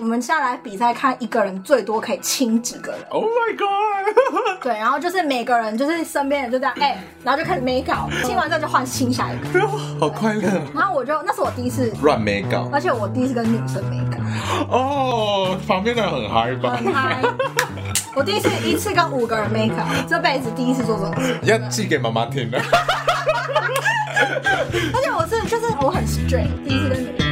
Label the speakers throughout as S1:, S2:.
S1: 们下来比赛看一个人最多可以亲几个人。
S2: Oh my god！
S1: 对，然后就是每个人就是身边人就这样哎、然后就开始没搞，亲完之后就换亲下一个。
S2: 好快乐，
S1: 然后我就那是我第一次，
S2: 乱没搞
S1: 而且我第一次跟女生没搞。
S2: 哦，旁边的很嗨 吧？
S1: 很嗨。我第一次一次跟五个人 make up，这辈子第一次做这种事，
S2: 要寄给妈妈听啊的。
S1: 而且我是就是我很 straight，第一次跟女生。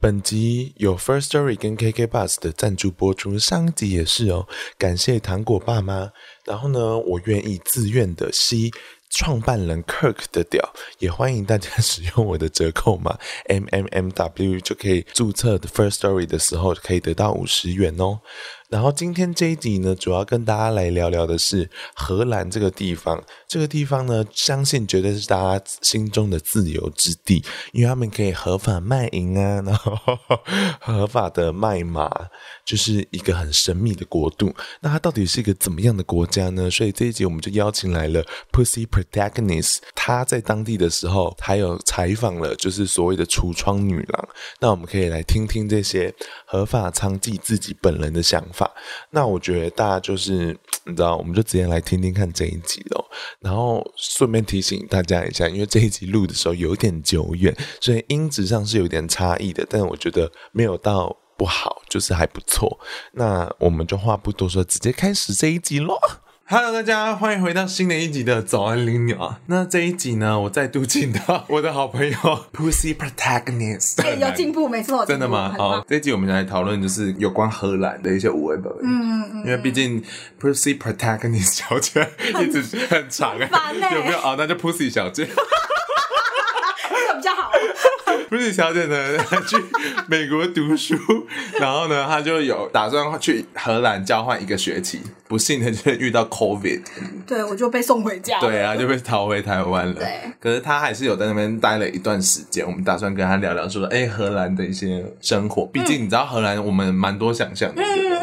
S3: 本集有 First Story 跟 KK Bus 的赞助播出，上一集也是哦，感谢糖果爸妈。然后呢，我愿意自愿的吸创办人 Kirk 的屌，也欢迎大家使用我的折扣码 M M M W 就可以注册 First Story 的时候可以得到五十元哦。然后今天这一集呢，主要跟大家来聊聊的是荷兰这个地方。这个地方呢，相信绝对是大家心中的自由之地，因为他们可以合法卖淫啊，然后 合法的卖马，就是一个很神秘的国度。那它到底是一个怎么样的国家呢？所以这一集我们就邀请来了 Pussy Protagonist，他在当地的时候，还有采访了就是所谓的橱窗女郎。那我们可以来听听这些合法娼妓自己本人的想法。那我觉得大家就是你知道，我们就直接来听听看这一集喽。然后顺便提醒大家一下，因为这一集录的时候有点久远，所以音质上是有点差异的，但我觉得没有到不好，就是还不错。那我们就话不多说，直接开始这一集喽。Hello，大家欢迎回到新的一集的早安灵鸟啊！那这一集呢，我再度请到我的好朋 友 Pussy Protagonist，
S1: 哎有进步，每次都有进
S2: 真
S1: 步
S2: 的吗？
S1: 很
S2: 好
S1: 棒，。
S2: 这一集我们来讨论就是有关荷兰的一些五味本。嗯嗯，因为毕竟 Pussy Protagonist 小姐一直很长哎
S1: 烦欸，
S2: 有没有啊？那就 Pussy 小姐
S1: 这个比较好。
S2: ，Pussy 小姐呢她去美国读书，然后呢，她就有打算去荷兰交换一个学期，不幸的就是遇到 COVID，
S1: 对，我就被送回家。，
S2: 对啊，就被逃回台湾了。
S1: 对，
S2: 可是他还是有在那边待了一段时间。我们打算跟他聊聊说，哎、荷兰的一些生活。毕竟你知道荷兰，我们蛮多想象的。嗯嗯嗯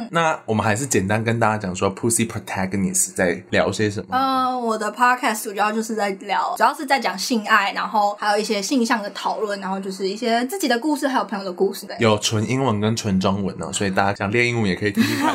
S2: 嗯。那我们还是简单跟大家讲说，Pussy Protagonist 在聊些什么。
S1: 嗯，我的 podcast 主要就是在聊，主要是在讲性爱，然后还有一些性向的讨论，然后就是一些自己的故事，还有朋友的故事。对，
S2: 有纯英文跟纯中文哦，所以大家想练英文也可以听听 看。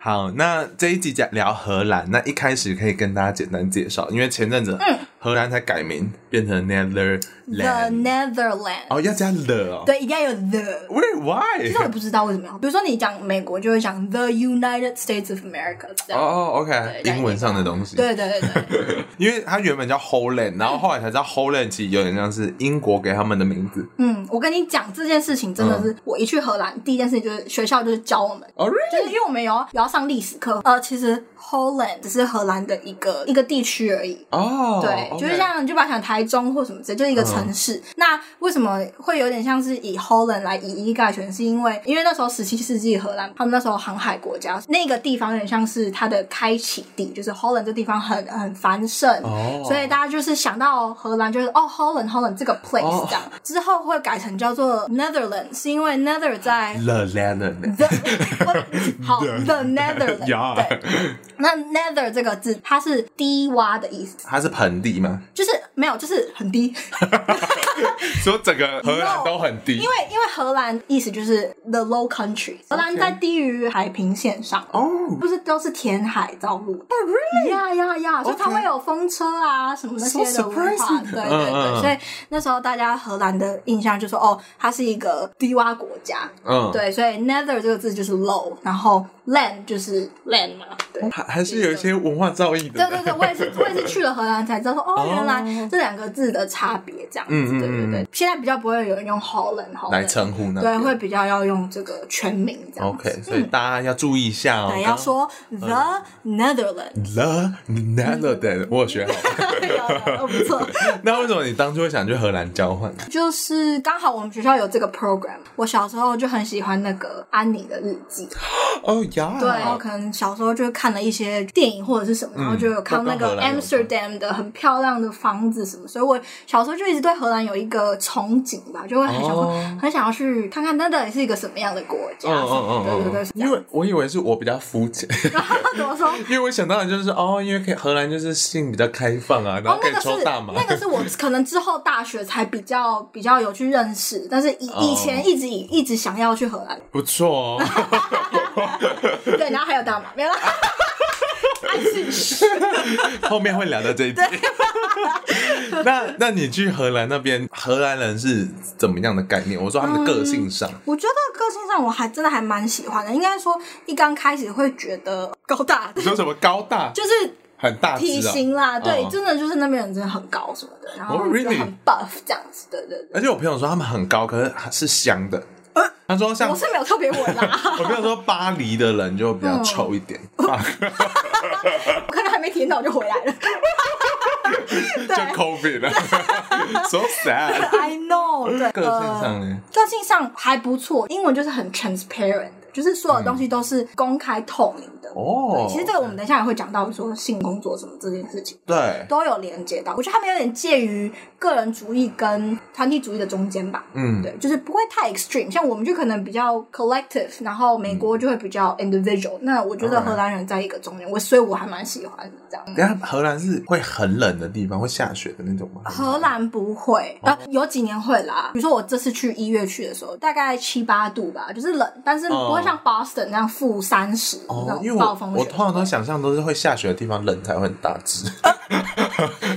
S2: 好，那这一集讲聊荷兰，那一开始可以跟大家简单介绍，因为前阵子荷兰才改名变成
S1: The
S2: 嗯 Netherlands，
S1: Netherlands，、
S2: 哦，要加 the 哦，
S1: 对，一定要有 the。
S2: Wait, why？
S1: 其实我也不知道为什么要，比如说你讲美国就会讲 The United States of America 这样。
S2: 哦、o
S1: 对
S2: k 英文上的东西。，
S1: 对对对对，
S2: 因为它原本叫 Holland，然后后来才知道 Holland 其实有点像是英国给他们的名字。
S1: 嗯，我跟你讲这件事情真的是，
S2: 嗯
S1: 我一去荷兰第一件事情就是学校就是教我们，
S2: 哦、r e
S1: 就是因为我们有有要上历史课，呃，其实 Holland 只是荷兰的一个一个地区而已，
S2: 哦、嗯
S1: 对
S2: o k
S1: 就是像你就把它想台中或什么之类，就是一个城市。那为什么会有点像是以 Holland 来以一概全？是因为因为那时候十七世纪荷兰，他们那时候航海国家，那个地方有点像是它的开启地，就是 Holland 这地方很很繁盛。
S2: 哦
S1: 所以大家就是想到荷兰，就是哦，Holland Holland 这个 place
S2: 哦
S1: 这样之后会改成叫做 Netherlands，是因为 Nether 在
S2: The Netherlands。
S1: the 我好 the Netherlands，
S2: 呀
S1: 对，那 Nether 这个字它是低洼的意思，
S2: 它是盆地吗？
S1: 就是没有，就是很 低，
S2: 所以整个荷兰都很低
S1: 因。为因为荷兰意思就是 the low country，荷兰在低于海平线上。
S2: 哦、Oh,
S1: 不是都是填海造陆哦、r e a l l y 呀呀呀，所以它会有风车啊什么那些
S2: So
S1: 的文化
S2: surprising
S1: 对对
S2: 嗯嗯
S1: 对，
S2: 嗯
S1: 所以那时候大家荷兰的印象就说哦，它是一个低洼国家，
S2: 嗯，，
S1: 对，所以 nether 这个字就是 low，然后 land 就是 land 嘛，对。
S2: 还还是有一些文化造诣
S1: 对
S2: 的。
S1: 对对，我也是，我也是去了荷兰才知道说，哦，
S2: 哦
S1: 原来这两个字的差别这样子。
S2: 嗯嗯
S1: 对对
S2: 嗯
S1: 对，现在比较不会有人用 Holland Holland
S2: 来称呼呢。
S1: 对，会比较要用这个全名这样子。
S2: OK，所以大家要注意一下哦。
S1: 嗯对，
S2: 刚
S1: 要说 the Netherlands，
S2: The Netherlands，我有学好。
S1: 有有不错。
S2: 那为什么你当初会想去荷兰交换？
S1: 就是刚好我们学校有这个 program，我小时候就很喜欢那个安妮的日记，
S2: 哦
S3: 条啊。
S1: 对，然后可能小时候就看了一些电影或者是什么，然后就有看到那
S2: 都
S1: 个
S2: 跟嗯荷兰有
S1: Amsterdam 的很漂亮的房子什么，所以我小时候就一直对荷兰有一个憧憬吧，就会很想说、
S2: 哦
S1: 很想要去看看那到底是一个什么样的国家。
S2: 嗯嗯嗯
S1: 对对
S2: 嗯
S1: 对，
S2: 嗯，因为我以为是我比较肤浅，
S1: 然后怎么 说？
S2: 因为我想到的就是哦，因为可以荷兰就是性比较开放啊，然
S1: 哦
S2: 后，
S1: 那
S2: 可以
S1: 个
S2: 抽
S1: 是
S2: 大麻，
S1: 那个是我可能之后大学才比较比较有去认识，但是以
S2: 哦
S1: 以前一直以一直想要去荷兰，
S2: 不错哦。
S1: 对，然后还有大马，没有啦， 暗示
S2: 后面会聊到这一点。 那那你去荷兰那边，荷兰人是怎么样的概念？我说他们的个性上，
S1: 我觉得个性上我还真的还蛮喜欢的，应该说一刚开始会觉得高大，
S2: 你说什么高大，
S1: 就是
S2: 很大只
S1: 体
S2: 啊。
S1: 型啦，对，
S2: 嗯
S1: 真的就是那边人真的很高什么的，然后
S2: 哦
S1: 就
S2: really？
S1: 很 buff 这样子，对对对。
S2: 而且我朋友说他们很高，可是是 香的。他说像
S1: 我是没有特别稳啦，
S2: 我朋友说巴黎的人就比较丑一点，
S1: 我可能还没体验到我就回来 了。
S2: 就 COVID 了 ，so sad。
S1: I know，对， 呃
S2: 个性上呢，
S1: 个性上还不错，英文就是很 transparent 的，就是所有东西都是公开透明的。
S2: 哦
S1: 对其实这个我们等一下也会讲到，说性工作什么这件事情
S2: 对，
S1: 都有连接到。我觉得他们有点介于个人主义跟团体主义的中间吧。
S2: 嗯，
S1: 对，就是不会太 extreme，像我们就可能比较 collective，然后美国就会比较 individual、那我觉得
S2: Alright
S1: 荷兰人在一个中间，我所以我还蛮喜欢的这样。
S2: 等一下荷兰是会很冷的地方，会下雪的那种吗？
S1: 荷兰不会，呃，有几年会啦。比如说我这次去一月去的时候，大概七八度吧，就是冷，但是不会像 Boston 那样负三十那
S2: 哦，因
S1: 种
S2: 为
S1: 暴
S2: 我
S1: 风雪。
S2: 我通常都想象都是会下雪的地方冷才会很大 只，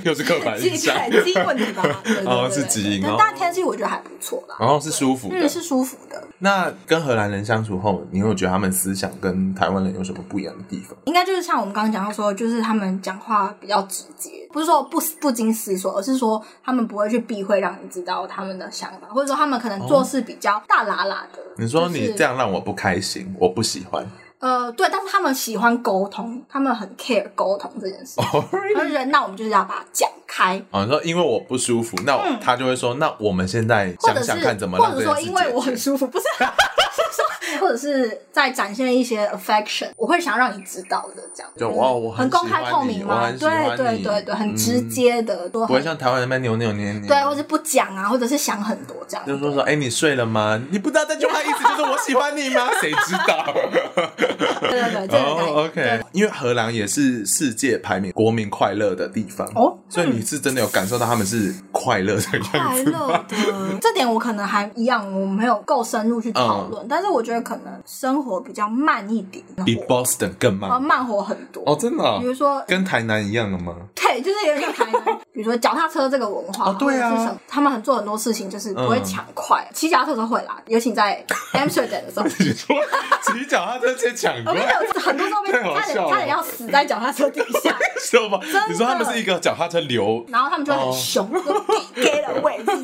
S2: 又是刻板
S1: 基
S2: 印象。
S1: 对基因问题吧，对对对
S2: 哦
S1: 对
S2: 是基因
S1: 对
S2: 哦
S1: 但天气我觉得还不错啦，
S2: 然后是舒服的
S1: 嗯，。是舒服的。
S2: 那跟荷兰人相处后，你有觉得他们思想跟台湾人有什么不一样的地方？
S1: 应该就是像我们刚刚讲到说，就是他们讲话比较直接，不是说不不经思索，而是说他们不会去避讳让你知道他们的想法，或者说他们可能做事比较大喇喇的。
S2: 哦你说
S1: 就是
S2: 你这样让我不开心，我不喜欢。
S1: 呃，对，但是他们喜欢沟通，他们很 care 沟通这件事。
S2: 哦，
S1: 而人，那我们就是要把它讲开，
S2: 你说因为我不舒服，那我他就会说，那我们现在
S1: 嗯或者
S2: 想
S1: 是
S2: 想看怎么
S1: 或
S2: 让
S1: 者
S2: 这
S1: 说
S2: 件事
S1: 因为我
S2: 解
S1: 很
S2: 决。
S1: 舒服，不是， 就是说或者是在展现一些 affection，我会想让你知道的这样。
S2: 就是哇我
S1: 很
S2: 很
S1: 公开
S2: 喜欢
S1: 透
S2: 你
S1: 明
S2: 我
S1: 嘛，
S2: 很喜欢
S1: 对对
S2: 你
S1: 对对，很直
S2: 嗯
S1: 接的，多
S2: 不会像台湾人那边扭扭捏捏，
S1: 对，或者不讲啊，或者是想很多这样。
S2: 就是说说，哎、你睡了吗？你不知道这句话意思就是我喜欢你 吗？谁知道？
S1: 对对对，这个概念。
S2: 哦、o k 因为荷兰也是世界排名国民快乐的地方
S1: 哦
S2: 所以你是真的有感受到他们是快乐的哦样
S1: 快
S2: 子
S1: 乐
S2: 吗？
S1: 的这点我可能还一样，我没有够深入去讨
S2: 嗯
S1: 论，但是我觉得可能生活比较慢一点，
S2: 比 Boston 更慢
S1: 然后慢活很多。
S2: 哦，真的哦、
S1: 比如说，
S2: 跟台南一样的吗？
S1: 对，就是有点像台南， 比如说脚踏车这个文化，
S2: 哦对啊嗯
S1: 或者是什么，他们很做很多事情就是不会抢快，骑脚踏车都会啦，尤其你 在 Amsterdam 的时候。
S2: 你 说骑脚踏车先抢
S1: 我
S2: 过
S1: 跟你
S2: 来
S1: 讲，，很多时候被
S2: 太好
S1: 差点
S2: 笑了
S1: 差点要死在脚踏车底下，
S2: 知道吗
S1: 的？
S2: 你说他们是一个脚踏车流，
S1: 然后他们就会
S2: 哦
S1: 很凶，就给给了位置。对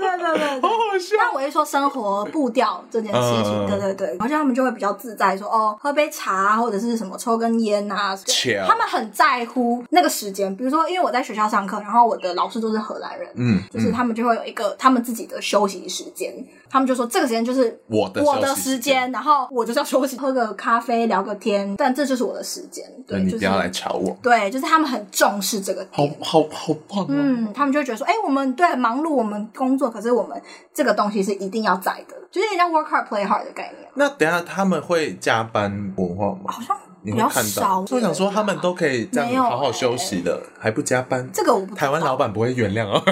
S1: 对对对对。
S2: 好好笑。
S1: 但我会说生活步调这件事情，
S2: 啊嗯
S1: 对对对，好像他们就会比较自在说，哦，喝杯茶啊或者是什么抽根烟啊，对
S2: Chill
S1: 他们很在乎那个时间。比如说，因为我在学校上课，然后我的老师都是荷兰人，
S2: 嗯，
S1: 就是他们就会有一个他们自己的休息时间，他们就说这个时间就是
S2: 我的
S1: 我
S2: 休
S1: 的
S2: 息
S1: 时
S2: 时间
S1: 间，然后我就是要休息，喝个咖啡聊个天，但这就是我的时间，
S2: 那
S1: 对，
S2: 你
S1: 就
S2: 不
S1: 是
S2: 要来吵我，
S1: 对，就是他们很重视这个
S2: 好
S1: 点。
S2: 好好棒哦！
S1: 嗯，他们就会觉得说，哎、我们对忙碌，我们工作，可是我们这个东西是一定要在的，就是有点像 work hard play hard 的概念。
S2: 那等一下他们会加班文化吗？好像你会
S1: 比较
S2: 看
S1: 少
S2: 到，所以我想说他们都可以这样
S1: 没有欸
S2: 好好休息了，还不加班，
S1: 这个我不知道
S2: 台湾老板不会原谅哦。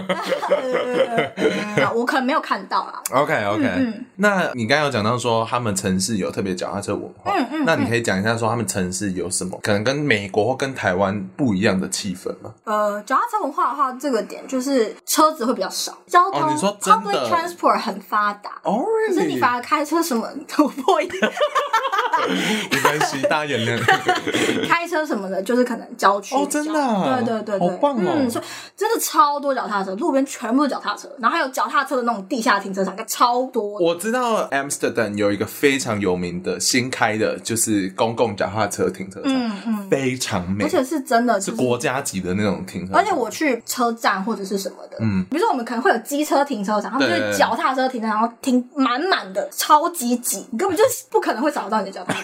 S1: 呃，我可能没有看到啦。
S2: OK OK，
S1: 嗯嗯
S2: 那你刚刚有讲到说他们城市有特别脚踏车文化，
S1: 嗯嗯
S2: 那你可以讲一下说他们城市有什么可能跟美国或跟台湾不一样的气氛吗？
S1: 呃，脚踏车文化的话，这个点就是车子会比较少，交通、
S2: 哦你说真
S1: public
S2: 的
S1: transport 很发达。
S2: 哦，
S1: 可是你反而开车什么突破一点，
S2: 没关系，大家原谅。
S1: 开车什么的，就是可能郊区
S2: 哦
S1: 比较
S2: 真的啊
S1: 对对对对，
S2: 好棒哦
S1: 嗯，所以真的超多脚踏车，路边全部是脚踏车，然后还有脚踏车的那种地下停车场，超多的。
S2: 我知道 Amsterdam 有一个非常有名的新开的，就是公共脚踏车停车场，
S1: 嗯嗯，
S2: 非常美，
S1: 而且是真的、就是
S2: 国家级的那种停车场，
S1: 而且我去车站或者是什么的，
S2: 嗯
S1: 比如说我们可能会有机车停车场，他们就
S2: 对
S1: 是脚 踏车停车场，然后停满满的，超级挤，你根本就是不可能会找得到你的脚踏车。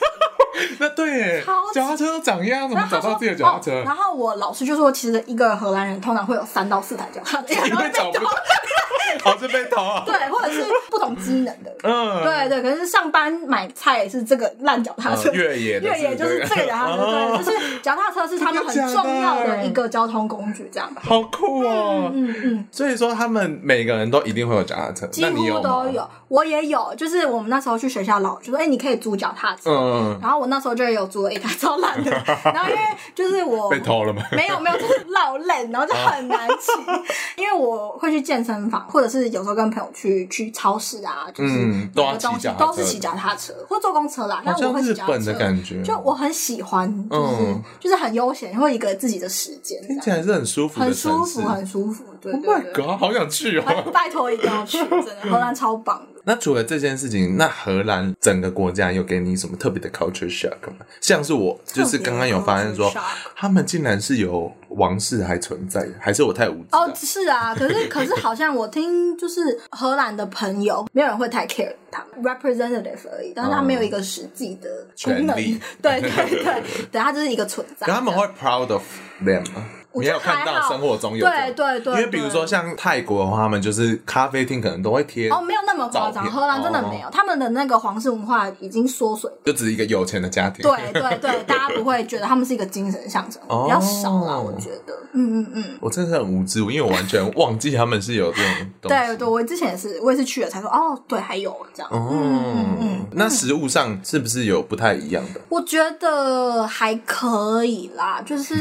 S2: 那对耶
S1: 超，级
S2: 脚踏车都长一样，怎
S1: 然
S2: 么
S1: 后
S2: 找
S1: 他说
S2: 到自己的脚踏
S1: 哦
S2: 车？
S1: 然后我老师就说，其实一个荷兰人通常会有三到四台脚踏车，
S2: 因为找不到，好像被偷啊。
S1: 对，或者是不同机能的。
S2: 嗯，
S1: 对对，可是上班买菜也是这个烂脚踏车，
S2: 嗯越野 的
S1: 越野就是这个脚踏车，
S2: 哦
S1: 对，就是脚踏车是他们很
S2: 真的假的
S1: 重要的一个交通工具，这样吧。
S2: 好酷哦。
S1: 嗯嗯，
S2: 所以说，他们每个人都一定会有脚踏车，
S1: 几
S2: 那
S1: 乎
S2: 你有吗
S1: 都有，我也有，就是我们那时候去学校老就说，哎、你可以租脚踏车，
S2: 嗯，
S1: 然后我那时候就有租了一台超烂 的，然后因为就是我
S2: 被偷了吗？
S1: 没有没有，就是老冷，然后就很难骑。因为我会去健身房，或者是有时候跟朋友去去超市啊，就是
S2: 嗯都要
S1: 买个东
S2: 骑
S1: 西
S2: 脚踏车
S1: 都是骑脚踏车或坐公车啦。但
S2: 好
S1: 我
S2: 像
S1: 会骑
S2: 日
S1: 脚踏
S2: 本的
S1: 车
S2: 感觉，
S1: 就我很喜欢，就是、
S2: 嗯
S1: 就是很悠闲，会有一个自己的时间，
S2: 听起来是很舒服的
S1: 很舒
S2: 城市
S1: 服，。很舒服。对
S2: Oh
S1: 对
S2: my
S1: 对，
S2: god，好想去
S1: 拜
S2: 哦！
S1: 拜托一定要去，真的荷兰超棒的。
S2: 那除了这件事情，那荷兰整个国家有给你什么特别的 culture shock 吗？像是我就是刚刚有发现说
S1: culture shock，
S2: 他们竟然是有王室还存在，还是我太无知
S1: 哦
S2: 了，？
S1: 是啊，可是可是好像我听就是荷兰的朋友，没有人会太 care 他们 representative 而已，但是他没有一个实际的功能
S2: 哦权利，
S1: 对对对对，他就是一个存在
S2: 可。他们会 proud of them 吗？
S1: 我
S2: 你
S1: 觉
S2: 也
S1: 得
S2: 有看
S1: 还
S2: 到
S1: 好
S2: 生活中有这
S1: 对
S2: 个
S1: 对对，
S2: 因为比如说
S1: 对。
S2: 像泰国的话，他们就是咖啡厅可能都会贴，
S1: 哦，没有那么夸
S2: 照
S1: 张，
S2: 片哦
S1: 荷兰真的没有，他们的那个皇室文化已经缩 水。
S2: 就只是一个有钱的家庭。
S1: 对对对，大家不会觉得他们是一个精神象征，
S2: 哦
S1: 比较少啦，我觉得。嗯嗯嗯，
S2: 我真的是很无知，因为我完全忘记他们是有这种东西。
S1: 对对，我之前也是，我也是去了才说，哦，对，还有这样。
S2: 哦，
S1: 嗯嗯
S2: 那食物上是不是有不太一样的？
S1: 我觉得还可以啦，就是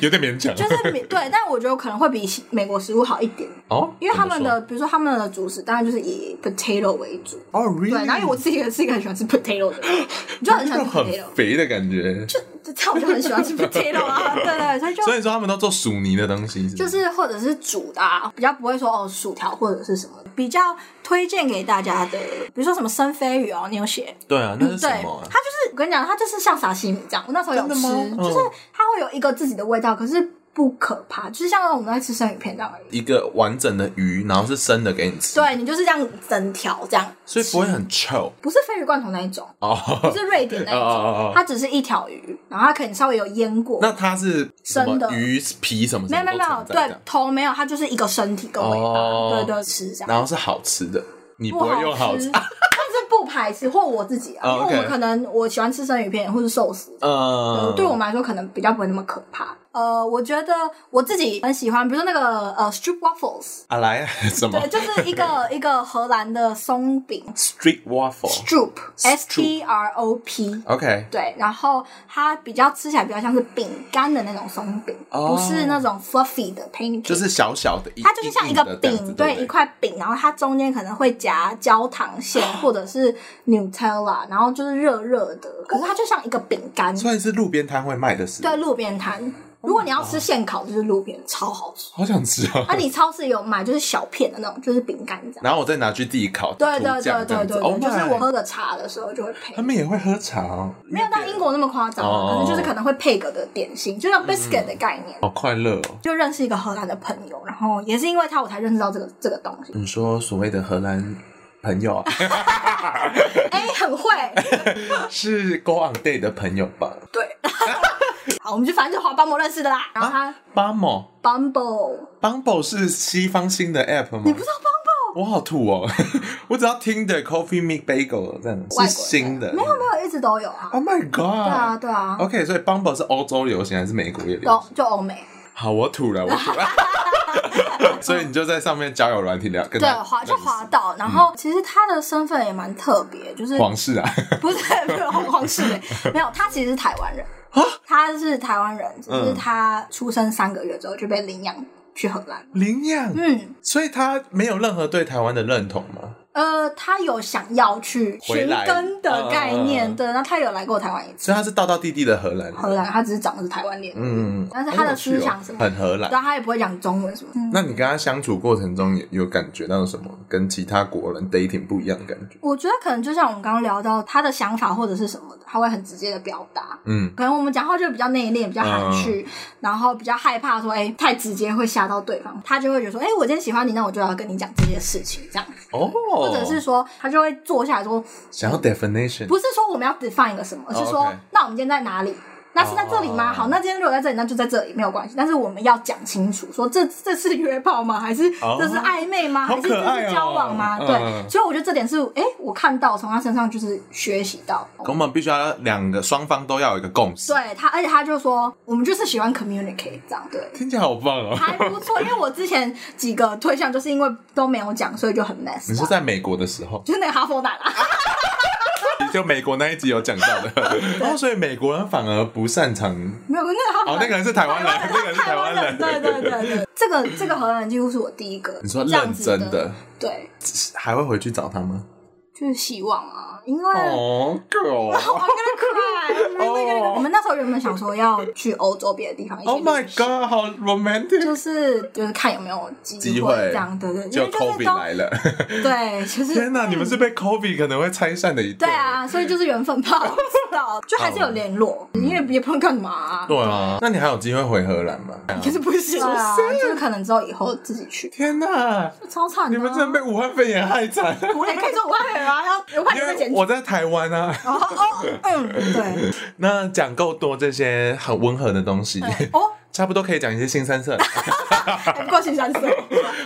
S2: 有点 勉强。
S1: 就是比对，但我觉得可能会比西美国食物好一点，
S2: 哦，
S1: 因为他们
S2: 怎么
S1: 的比如说他们的主食当然就是以 potato 为主，
S2: 说哦
S1: 对，
S2: ，really，
S1: 然后因为我自己也是一个很喜欢吃 potato 的人，你就很喜欢
S2: 那
S1: 吃
S2: 种
S1: potato，
S2: 很肥的感觉，
S1: 这这样我就很喜欢 吃 potato 啊，对对，所以就
S2: 所以说他们都做薯泥的东西，
S1: 就
S2: 不
S1: 是或者是煮的、啊，比较不会说哦薯条或者是什么，比较推荐给大家的，比如说什么生飞鱼哦，你有写
S2: 对啊，那是
S1: 对，
S2: 什
S1: 它
S2: 么啊？
S1: 就是我跟你讲，它就是像沙西米这样。我那时候有
S2: 真
S1: 吃
S2: 的吗，嗯
S1: 就是它会有一个自己的味道，可是不可怕，就是像我们在吃生鱼片这样而已。
S2: 一个完整的鱼，然后是生的给你吃，，
S1: 对你就是这样整条这样，
S2: 所以不会很臭
S1: 不是鲱鱼罐头那一种，
S2: 哦
S1: 不。是瑞典那一
S2: 哦哦哦哦
S1: 种，它只是一条鱼，然后它可能稍微有腌过。
S2: 那它是什么
S1: 生的
S2: 鱼皮什么什
S1: 没有
S2: 么
S1: 没有
S2: 都
S1: 没有，
S2: 存在
S1: 对
S2: 的，
S1: 头没有，它就是一个身体跟尾
S2: 哦
S1: 巴，对对吃这样。
S2: 然后是好吃的，你不
S1: 不
S2: 会用
S1: 好
S2: 好
S1: 吃，
S2: 吃，
S1: 但是不排斥，或我自己啊，
S2: 哦
S1: 因为我
S2: OK
S1: 们可能我喜欢吃生鱼片或是寿司，
S2: 嗯，
S1: 对我们来说可能比较不会那么可怕。呃，我觉得我自己很喜欢，比如说那个呃 strip waffles，
S2: 啊来 什么
S1: 对，就是一 个一个荷兰的松饼
S2: 哦 street waffle，OK，、
S1: ，stroop s t r o p。
S2: OK
S1: 对，然后它比较吃起来比较像是饼干的那种松饼，不
S2: 哦
S1: 是那种 fluffy 的 pancake，
S2: 就是小小的一，
S1: 它就是像一个
S2: 硬硬的这样子
S1: 饼，
S2: 对
S1: 对，
S2: 不对，
S1: 一块饼，然后它中间可能会夹焦糖馅或者是 Nutella，然后就是热热的，可是它就像一个饼干，
S2: 所以是路边摊会卖的是，
S1: 对，路边摊。如果你要吃现烤，就是路边超好吃。
S2: 好想吃哦。
S1: 啊，你超市有买就是小片的那种，就是饼干这样。
S2: 然后我再拿去自己烤，
S1: 对
S2: 涂
S1: 对对
S2: 酱这样
S1: 对
S2: 子
S1: 对
S2: Oh
S1: 对，
S2: my
S1: 就是我喝个茶的时候就会配
S2: 他。们也会喝茶、哦，
S1: 没有到英国那么夸张啊，可
S2: 哦嗯
S1: 能就是可能会配个的点心，就像 biscuit 的概念。
S2: 好快乐哦。
S1: 就认识一个荷兰的朋友，然后也是因为他我才认识到这个这个东 西。
S2: 你说所谓的荷兰朋友 啊，
S1: 哎，很会，
S2: 是 Go on Day 的朋友吧？
S1: 对，好，我们就反正就滑邦博认识的
S2: 啊
S1: 啦。然后他、
S2: Bumble
S1: Bumble，
S2: Bumble 是西方新的 app 吗？
S1: 你不知道 Bumble
S2: 我好吐哦！ 我只要听的 Coffee Meet Bagel 这样
S1: 外
S2: 是
S1: 国
S2: 新的，哦
S1: 没有没有，一直都有啊。
S2: Oh my god！
S1: 对啊对啊，
S2: OK，所以 Bumble 是欧洲流行还是美国也流
S1: 都
S2: 行？
S1: 就欧美。
S2: 好，我吐了，我 吐了。所以你就在上面交友软体聊，跟
S1: 对，
S2: 他
S1: 滑就滑到，然后其实他的身份也蛮特别，就是
S2: 皇室啊，
S1: 不是没有黄黄世磊，没有，他其实是台湾人，他是台湾人，只是
S2: 啊嗯
S1: 他出生三个月之后就被领养去荷兰。
S2: 领养，
S1: 嗯，
S2: 所以他没有任何对台湾的认同吗？
S1: 呃，他有想要去
S2: 回
S1: 寻
S2: 来
S1: 根的概
S2: 嗯嗯嗯
S1: 念，
S2: 嗯
S1: 对，那他有来过台湾一次，
S2: 所以他是道道地地的荷兰人。
S1: 荷兰，他只是长的是台湾脸，
S2: 嗯，
S1: 但是他的思想什么啊
S2: 很荷兰
S1: 然。后他也不会讲中文什么。嗯
S2: 那你跟他相处过程中有有感觉到什么跟其他国人 dating 不一样的感觉？
S1: 我觉得可能就像我们刚刚聊到他的想法或者是什么的，他会很直接的表达。
S2: 嗯，
S1: 可能我们讲话就比较内敛，比较含蓄，然后比较害怕说，哎、太直接会吓到对方，他就会觉得说，哎、我今天喜欢你，那我就要跟你讲这些事情，这样。
S2: 哦，
S1: 或者是说他就会坐下来说，
S2: 想要 definition，
S1: 不是说我们要 define 一个什么，而是说、
S2: 哦，OK
S1: 那我们今天在哪里？那是在这里吗
S2: 哦
S1: 好，那今天如果在这里，那就在这里，没有关系。但是我们要讲清楚，说这这是约炮吗？还是
S2: 哦
S1: 这是暧昧吗？
S2: 好
S1: 还是
S2: 可
S1: 这
S2: 爱哦
S1: 是交往吗？
S2: 嗯
S1: 对，所以我觉得这点是，哎、我看到从他身上就是学习到。
S2: 我们必须要两个双方都要有一个共识。
S1: 对他，而且他就说，我们就是喜欢 communicate 这样，对，
S2: 听起来好棒哦！
S1: 还不错。因为我之前几个对象就是因为都没有讲，所以就很 mess。
S2: 你是在美国的时候，
S1: 就是那个哈佛男啊？
S2: 就美国那一集有讲到的，哦，所以美国人反而不擅长。
S1: 没有，那个哈佛
S2: 哦，
S1: 男
S2: 那个人是台湾人，那个人是台湾人。
S1: 对对对对，这个这个荷兰人几乎是我第一个。
S2: 你说
S1: 这样
S2: 认
S1: 子
S2: 真
S1: 的，
S2: 的，
S1: 对，
S2: 还会回去找他吗？
S1: 就是希望啊，因为。
S2: 哦
S1: 我
S2: ，girl，Oh
S1: 跟他 cry，
S2: 哦，Oh
S1: 我们那时候原本想说要去欧洲别的地方一起旅
S2: my
S1: 行
S2: god，好 romantic，
S1: 就是就是看有没有机
S2: 机会
S1: 这样，对对，因
S2: 就
S1: 为就是
S2: Kobe
S1: 都
S2: 来了。
S1: 对，就是
S2: 天哪，你们是被 Kobe 可能会拆散的一
S1: 对
S2: 对。
S1: 啊，所以就是缘分 吧，我不知道，就还是有联络，因为也不能干嘛啊，
S2: 对啊，那你还有机会回荷兰吗？
S1: 可是不行啊，就是可能之后以后自己去，
S2: 天哪，
S1: 超惨
S2: 你
S1: 的啊，
S2: 们真的被武汉肺炎害 惨。
S1: 我也可以说我爱人啊，要我怕你
S2: 因
S1: 会
S2: 为
S1: 剪辑。
S2: 我在台湾啊。
S1: 哦哦，嗯，对，
S2: 那讲够多这些很温和的东西，
S1: 哦，
S2: 差不多可以讲一些新 三色了，
S1: 还不够新 三色，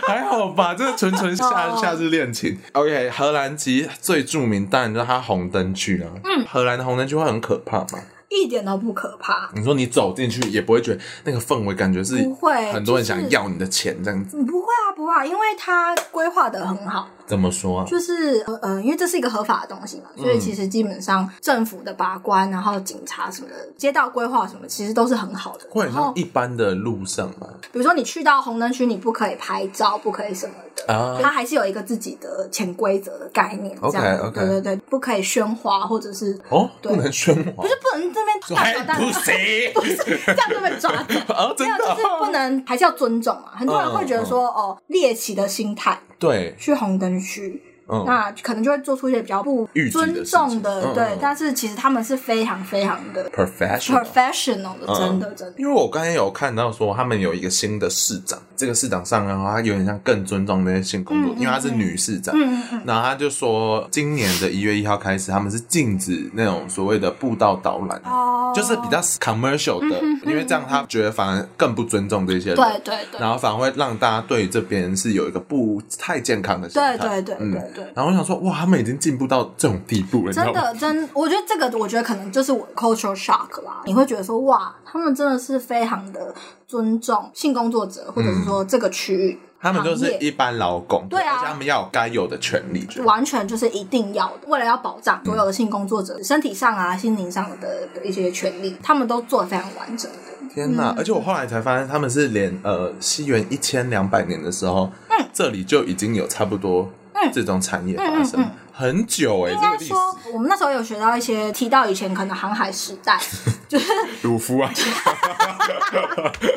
S2: 还好吧？这纯纯夏
S1: 哦
S2: 夏日恋情。OK，荷兰其实最著名，当然就是它红灯区啦。嗯，荷兰的红灯区会很可怕嘛？
S1: 一点都不可怕。
S2: 你说你走进去也不会觉得那个氛围，感觉是
S1: 不会
S2: 很多人
S1: 就是
S2: 想要你的钱这样子。
S1: 不会啊，不会啊，因为它规划的很好，
S2: 怎么说啊？
S1: 就是呃呃，因为这是一个合法的东西嘛，
S2: 嗯
S1: 所以其实基本上政府的把关，然后警察什么的，街道规划什么，其实都是很好的。
S2: 会
S1: 然
S2: 很像
S1: 后
S2: 一般的路上吧？
S1: 比如说你去到红灯区，你不可以拍照，不可以什么的，
S2: 啊
S1: 它还是有一个自己的潜规则的概念。这
S2: OK，
S1: 样子
S2: OK
S1: 对对对，不可以喧哗，或者是
S2: 哦，
S1: 对
S2: 不能喧哗
S1: 不，是不能这边
S2: 说
S1: 大
S2: 还
S1: 吵大
S2: 不
S1: 闹。
S2: 行
S1: 不是 这样就被抓走。
S2: 啊！
S1: 没
S2: 真
S1: 有，
S2: 的
S1: 就
S2: 哦
S1: 是不能，还是要尊重嘛。很多人会觉得说，哦，猎奇的心态
S2: 对，
S1: 去红灯区，
S2: 嗯，
S1: 那可能就会做出一些比较不
S2: 预计的
S1: 尊
S2: 事情
S1: 重的，
S2: 嗯
S1: 对
S2: 嗯。
S1: 但是其实他们是非常非常的
S2: professional。
S1: professional 的，
S2: 嗯
S1: 真的真的。
S2: 因为我刚才有看到说，他们有一个新的市长，这个市长上来的话，他有点像更尊重那些性工作，
S1: 嗯嗯
S2: 因为她是女市长。
S1: 嗯嗯嗯，
S2: 然后他就说，今年的一月一号开始，他们是禁止那种所谓的步道导览，
S1: 哦，嗯
S2: 就是比较 commercial 的，因为这样他觉得反而更不尊重这些人，
S1: 对对对
S2: 然后反而会让大家对这边是有一个不太健康的心态。
S1: 对对对
S2: 嗯
S1: 对对。
S2: 然后我想说，哇，他们已经进步到这种地步了，你知道
S1: 真
S2: 吗？
S1: 的真，我觉得这个，我觉得可能就是我 cultural shock 啦。你会觉得说，哇，他们真的是非常的尊重性工作者，或者
S2: 嗯
S1: 是说这个区域
S2: 他们就是
S1: 行业
S2: 一般劳工，
S1: 对啊
S2: 而且他们要有该有的权利。觉得
S1: 完全就是一定要的，为了要保障所有的性工作
S2: 嗯
S1: 者身体上啊、心灵上的的一些权利，他们都做的非常完整的。
S2: 天呐！而且我后来才发现，他们是连呃西元一千两百年的时候，嗯，这里就已经有差不多这种产业发
S1: 嗯
S2: 生，
S1: 嗯嗯
S2: 很久哎、
S1: 应
S2: 这个
S1: 该
S2: 历史。
S1: 说，我们那时候有学到一些提到以前可能航海时代，就是
S2: 鲁夫啊，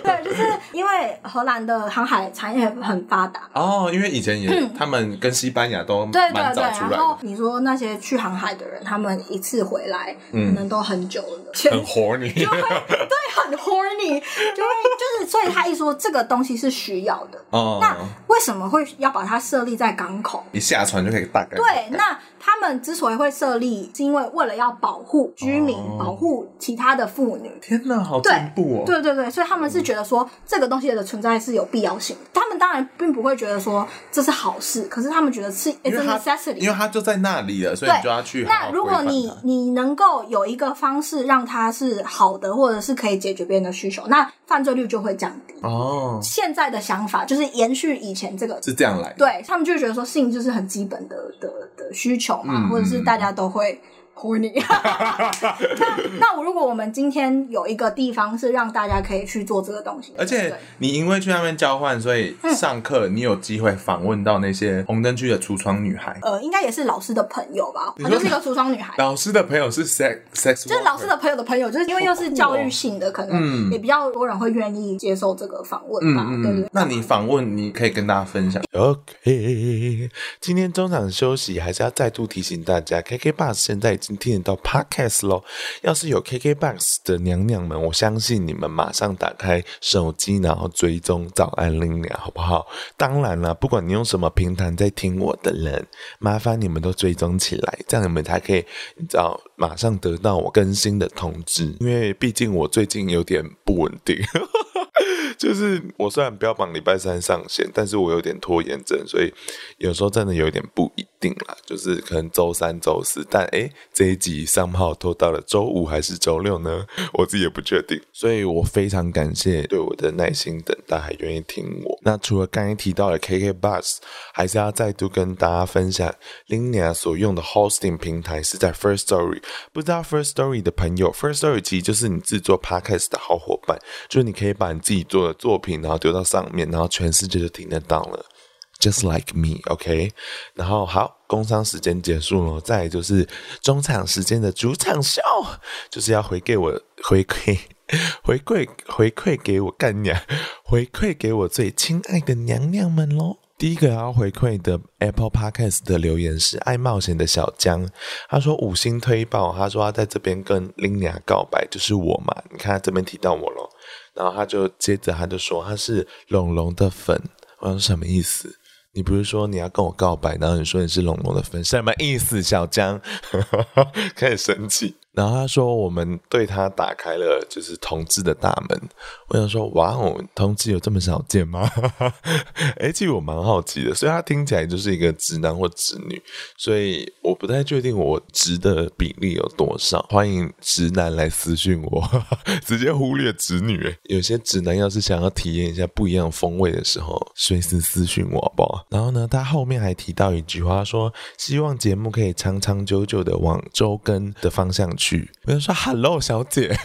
S1: 对，就是因为荷兰的航海产业很发达。
S2: 哦，因为以前也、他们跟西班牙都
S1: 嗯对对
S2: 嗯蛮
S1: 对，
S2: 早出来
S1: 然后
S2: 的，
S1: 你说那些去航海的人，他们一次回来，可能都很久了，
S2: 嗯很活你。
S1: 就会 对很 horny，就会就是，所以他一说这个东西是需要的，
S2: 哦，
S1: 那为什么会要把它设立在港口？
S2: 一下船就可以大概
S1: 对，那他们之所以会设立，是因为为了要保护居民，
S2: 哦
S1: 保护其他的妇女。
S2: 天呐，好进
S1: 对
S2: 步哦！
S1: 对对对，所以他们是觉得说这个东西的存在是有必要性的。他们当然并不会觉得说这是好事，可是他们觉得是 it's
S2: 因
S1: a
S2: 为它因
S1: necessity
S2: 为。它就在那里了，所以
S1: 对
S2: 你就要去好好
S1: 那如果
S2: 规范
S1: 你
S2: 它
S1: 你能够有一个方式让它是好的，或者是可以解决别人的需求，那犯罪率就会降低。
S2: 哦，
S1: 现在的想法就是延续以前这个
S2: 是这样来的。
S1: 对他们就觉得说性就是很基本的的的需求嘛，
S2: 嗯
S1: 或者是大家都会 horny。那
S2: 嗯
S1: 那我如果我们今天有一个地方是让大家可以去做这个东西，
S2: 而且
S1: 对
S2: 你因为去那边交换，所以上课你有机会访问到那些红灯区的橱窗女孩。
S1: 呃，应该也是老师的朋友吧，
S2: 你
S1: 她
S2: 说
S1: 就是一个橱窗女孩。
S2: 老师的朋友是 sex sex，
S1: 就是老师的朋友的朋友，就是因为又是教育性的，可能
S2: 嗯
S1: 也比较多人会愿意接受这个访问吧，
S2: 嗯
S1: 对不
S2: 嗯
S1: 对，？
S2: 那你访问你可以跟大家分享
S3: OK，今天中场休息还是要再度提醒大家，KK Bus 现在已
S2: 经听得到 Podcast 喽。要是有 KKBox 的娘娘们，我相信你们马上打开手机，然后追踪早安铃娘，好不好？当然啦，不管你用什么平台在听我的人，麻烦你们都追踪起来，这样你们才可以，你知道，马上得到我更新的通知。因为毕竟我最近有点不稳定。 就是我虽然标榜礼拜三上线，但是我有点拖延症，所以有时候真的有点不一定啦。就是可能周三、周四，但诶、这一集上号拖到了周五还是周六呢？我自己也不确定。所以我非常感谢对我的耐心等待，还愿意听我。那除了刚才提到的 KK Bus，还是要再度跟大家分享 l i n a 所用的 hosting 平台是在 First Story。不知道 First Story 的朋友，First Story 其实就是你制作 podcast 的好伙伴，就是你可以把你自己做的作品，然后丢到上面，然后全世界就听得到了。Just like me，OK、然后好，工商时间结束了，再来就是中场时间的主场秀，就是要回给我回馈回馈回馈给我干娘，回馈给我最亲爱的娘娘们喽。第一个要回馈的 Apple Podcast 的留言是爱冒险的小江，他说五星推爆，他说他在这边跟林雅告白，就是我嘛，你看他这边提到我喽，然后他就接着他就说他是龙龙的粉，我想什么意思？你不是说你要跟我告白，然后你说你是龙龙的粉，什么意思？小江 开始生气，然后他说我们对他打开了就是同志的大门。我想说，哇哦，同志有这么少见吗？ 哎、其实我蛮好奇的，所以他听起来就是一个直男或直女，所以我不太确定我直的比例有多少。欢迎直男来私讯我， 直接忽略直女。哎有些直男要是想要体验一下不一样风味的时候，随时私讯我，好不好？然后呢，他后面还提到一句话说，希望节目可以长长久久的往周更的方向去。我就说，Hello，小姐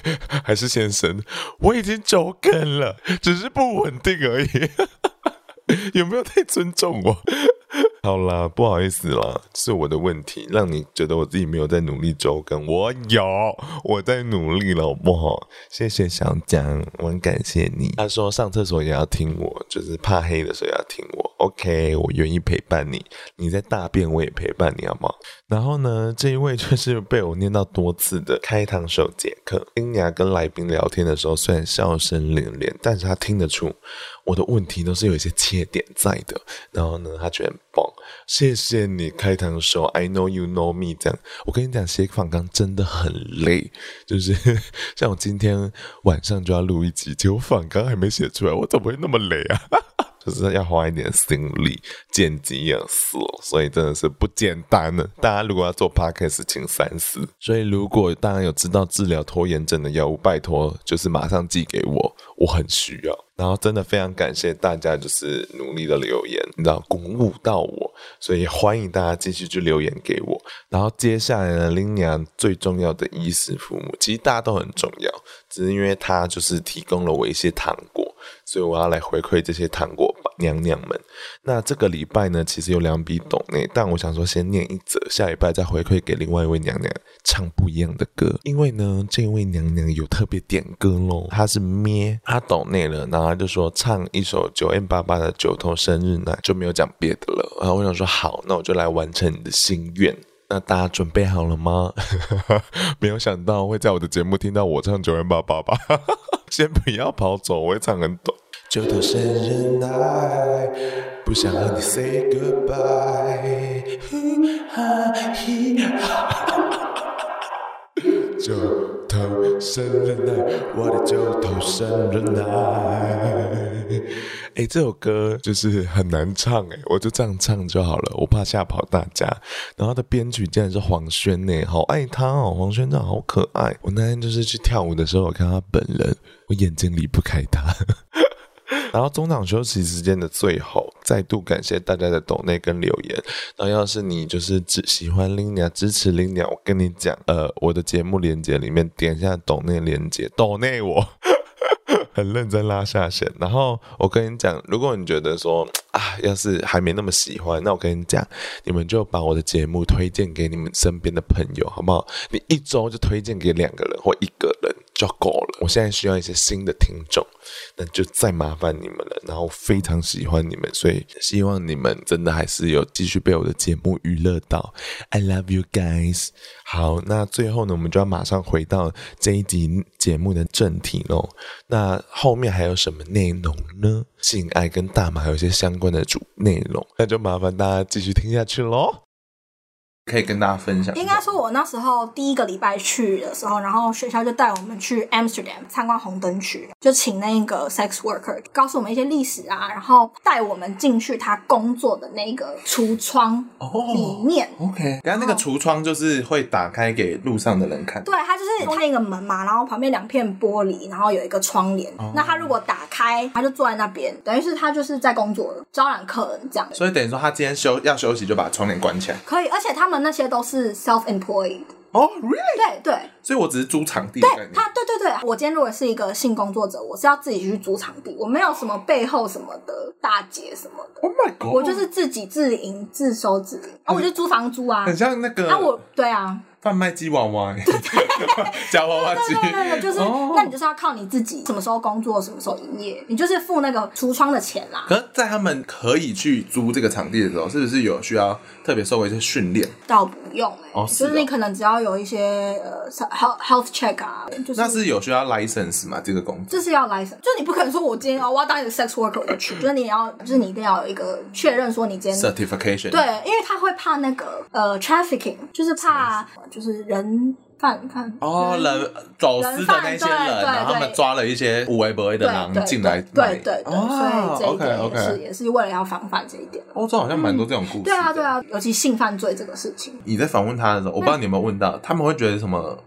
S2: 还是先生，我已经周更了，只是不稳定而已。 有没有太尊重我？ 好啦，不好意思啦，是我的问题，让你觉得我自己没有在努力周更。我有，我在努力了，好不好？谢谢小蒋，我很感谢你。他说上厕所也要听我，就是怕黑的时候也要听我。OK，我愿意陪伴你，你在大便我也陪伴你，好不好？然后呢，这一位就是被我念到多次的开膛手杰克，丁雅跟来宾聊天的时候，虽然笑声连连，但是他听得出我的问题都是有一些切点在的。然后呢，他觉得很棒，谢谢你开膛手，I know you know me。这样，我跟你讲，写访纲真的很累，就是 像我今天晚上就要录一集，结果访纲还没写出来，我怎么会那么累啊？就是要花一点心力，剪辑也是哦，所以真的是不简单呢。大家如果要做 podcast，请三思。所以如果大家有知道治疗拖延症的药物，拜托就是马上寄给我，我很需要。然后真的非常感谢大家，就是努力的留言，你知道鼓舞到我，所以欢迎大家继续去留言给我。然后接下来呢，林娘最重要的衣食父母，其实大家都很重要，只是因为她就是提供了我一些糖果，所以我要来回馈这些糖果吧娘娘们。那这个礼拜呢，其实有两笔懂内，但我想说先念一则，下礼拜再回馈给另外一位娘娘唱不一样的歌，因为呢，这位娘娘有特别点歌喽，她是咩，她懂内了，然后她就说唱一首九 M 八八的《九头生日奶》，就没有讲别的了。然后我想说好，那我就来完成你的心愿。那大家准备好了吗？ 没有想到会在我的节目听到我唱九 M 八八吧， 先不要跑走，我会唱很短。九头生日奶，不想和你 say goodbye。呼 哈嘿哈，九头生日奶，我的九头生日奶。哎，这首歌就是很难唱哎，我就这样唱就好了，我怕吓跑大家。然后它的编曲竟然是黄轩呢，好爱他哦，黄轩真的好可爱。我那天就是去跳舞的时候，我看他本人，我眼睛离不开他。然后中场休息时间的最后，再度感谢大家的抖内跟留言。然后要是你就是只喜欢 l i n a 支持 l i n a 我跟你讲，呃，我的节目链接里面点一下抖内链接，抖内我。 很认真拉下线，然后我跟你讲，如果你觉得说啊，要是还没那么喜欢，那我跟你讲，你们就把我的节目推荐给你们身边的朋友，好不好？你一周就推荐给两个人或一个人，
S3: 就要够了。我现在需要一些新的听众，那就再麻烦你们了。然后非常喜欢你们，所以希望你们真的还是有继续被我的节目娱乐到。I love you guys。好，那最后呢，我们就要马上回到这一集节目的正题喽。那后面还有什么内容呢？性爱跟大麻有一些相关的主内容，那就麻烦大家继续听下去喽。
S2: 可以跟大家分享一下。
S1: 应该说，我那时候第一个礼拜去的时候，然后学校就带我们去 Amsterdam 参观红灯区，就请那个 sex worker 告诉我们一些历史啊，然后带我们进去他工作的那个橱窗里
S2: 哦
S1: 面。
S2: ，OK。然后那个橱窗就是会打开给路上的人看。
S1: 对，它就是中间一个门嘛，然后旁边两片玻璃，然后有一个窗帘。
S2: 哦
S1: 那他如果打开，他就坐在那边，等于是他就是在工作了，招揽客人这样。
S2: 所以等于说，他今天休要休息，就把窗帘关起来。
S1: 可以，而且他们那些都是 self employed。
S2: 哦，really？
S1: 对对，
S2: 所以我只是租场地的概
S1: 对
S2: 念。
S1: 他，对对对，我今天如果是一个性工作者，我是要自己去租场地，我没有什么背后什么的大姐什么的，
S2: Oh my god！
S1: 我就是自己自营自收自营，啊，我就租房租啊
S2: 很。像那
S1: 那、我
S2: 个
S1: 对 啊，
S2: 贩卖机娃 娃欸，夹娃娃机
S1: 对。对对，就是、
S2: 哦
S1: 那你就是要靠你自己，什么时候工作，什么时候营业，你就是付那个橱窗的钱啦。
S2: 可是在他们可以去租这个场地的时候，是不是有需要特别受过一些训练？
S1: 倒不用哎、
S2: 哦是
S1: 就
S2: 哦
S1: 是你可能只要有一些呃 health health check 啊，就是
S2: 那是有需要 license 吗？这个工作？
S1: 这是要 license，就你不可能说我今天哦我要当一个 sex worker 我就 去，就是你要就是你一定要有一个确认说你今天
S2: certification
S1: 对，因为他会怕那个呃 trafficking，就是怕就是人贩贩
S2: 哦，人走私的那些
S1: 嗯人贩
S2: 人，
S1: 对
S2: 然后他
S1: 对
S2: 们抓了一些无为不为的
S1: 对
S2: 狼
S1: 对
S2: 进来卖，
S1: 对对对，所
S2: 哦
S1: 以这一
S2: OK
S1: 点也是
S2: OK，
S1: 也是为了要防范这一点。
S2: 欧洲好像蛮多这种故事。
S1: 对啊对。啊，尤其性犯罪这个事情，
S2: 你在访问他的时候，我
S1: 嗯
S2: 不知道你有没有问到，他们会觉得什么？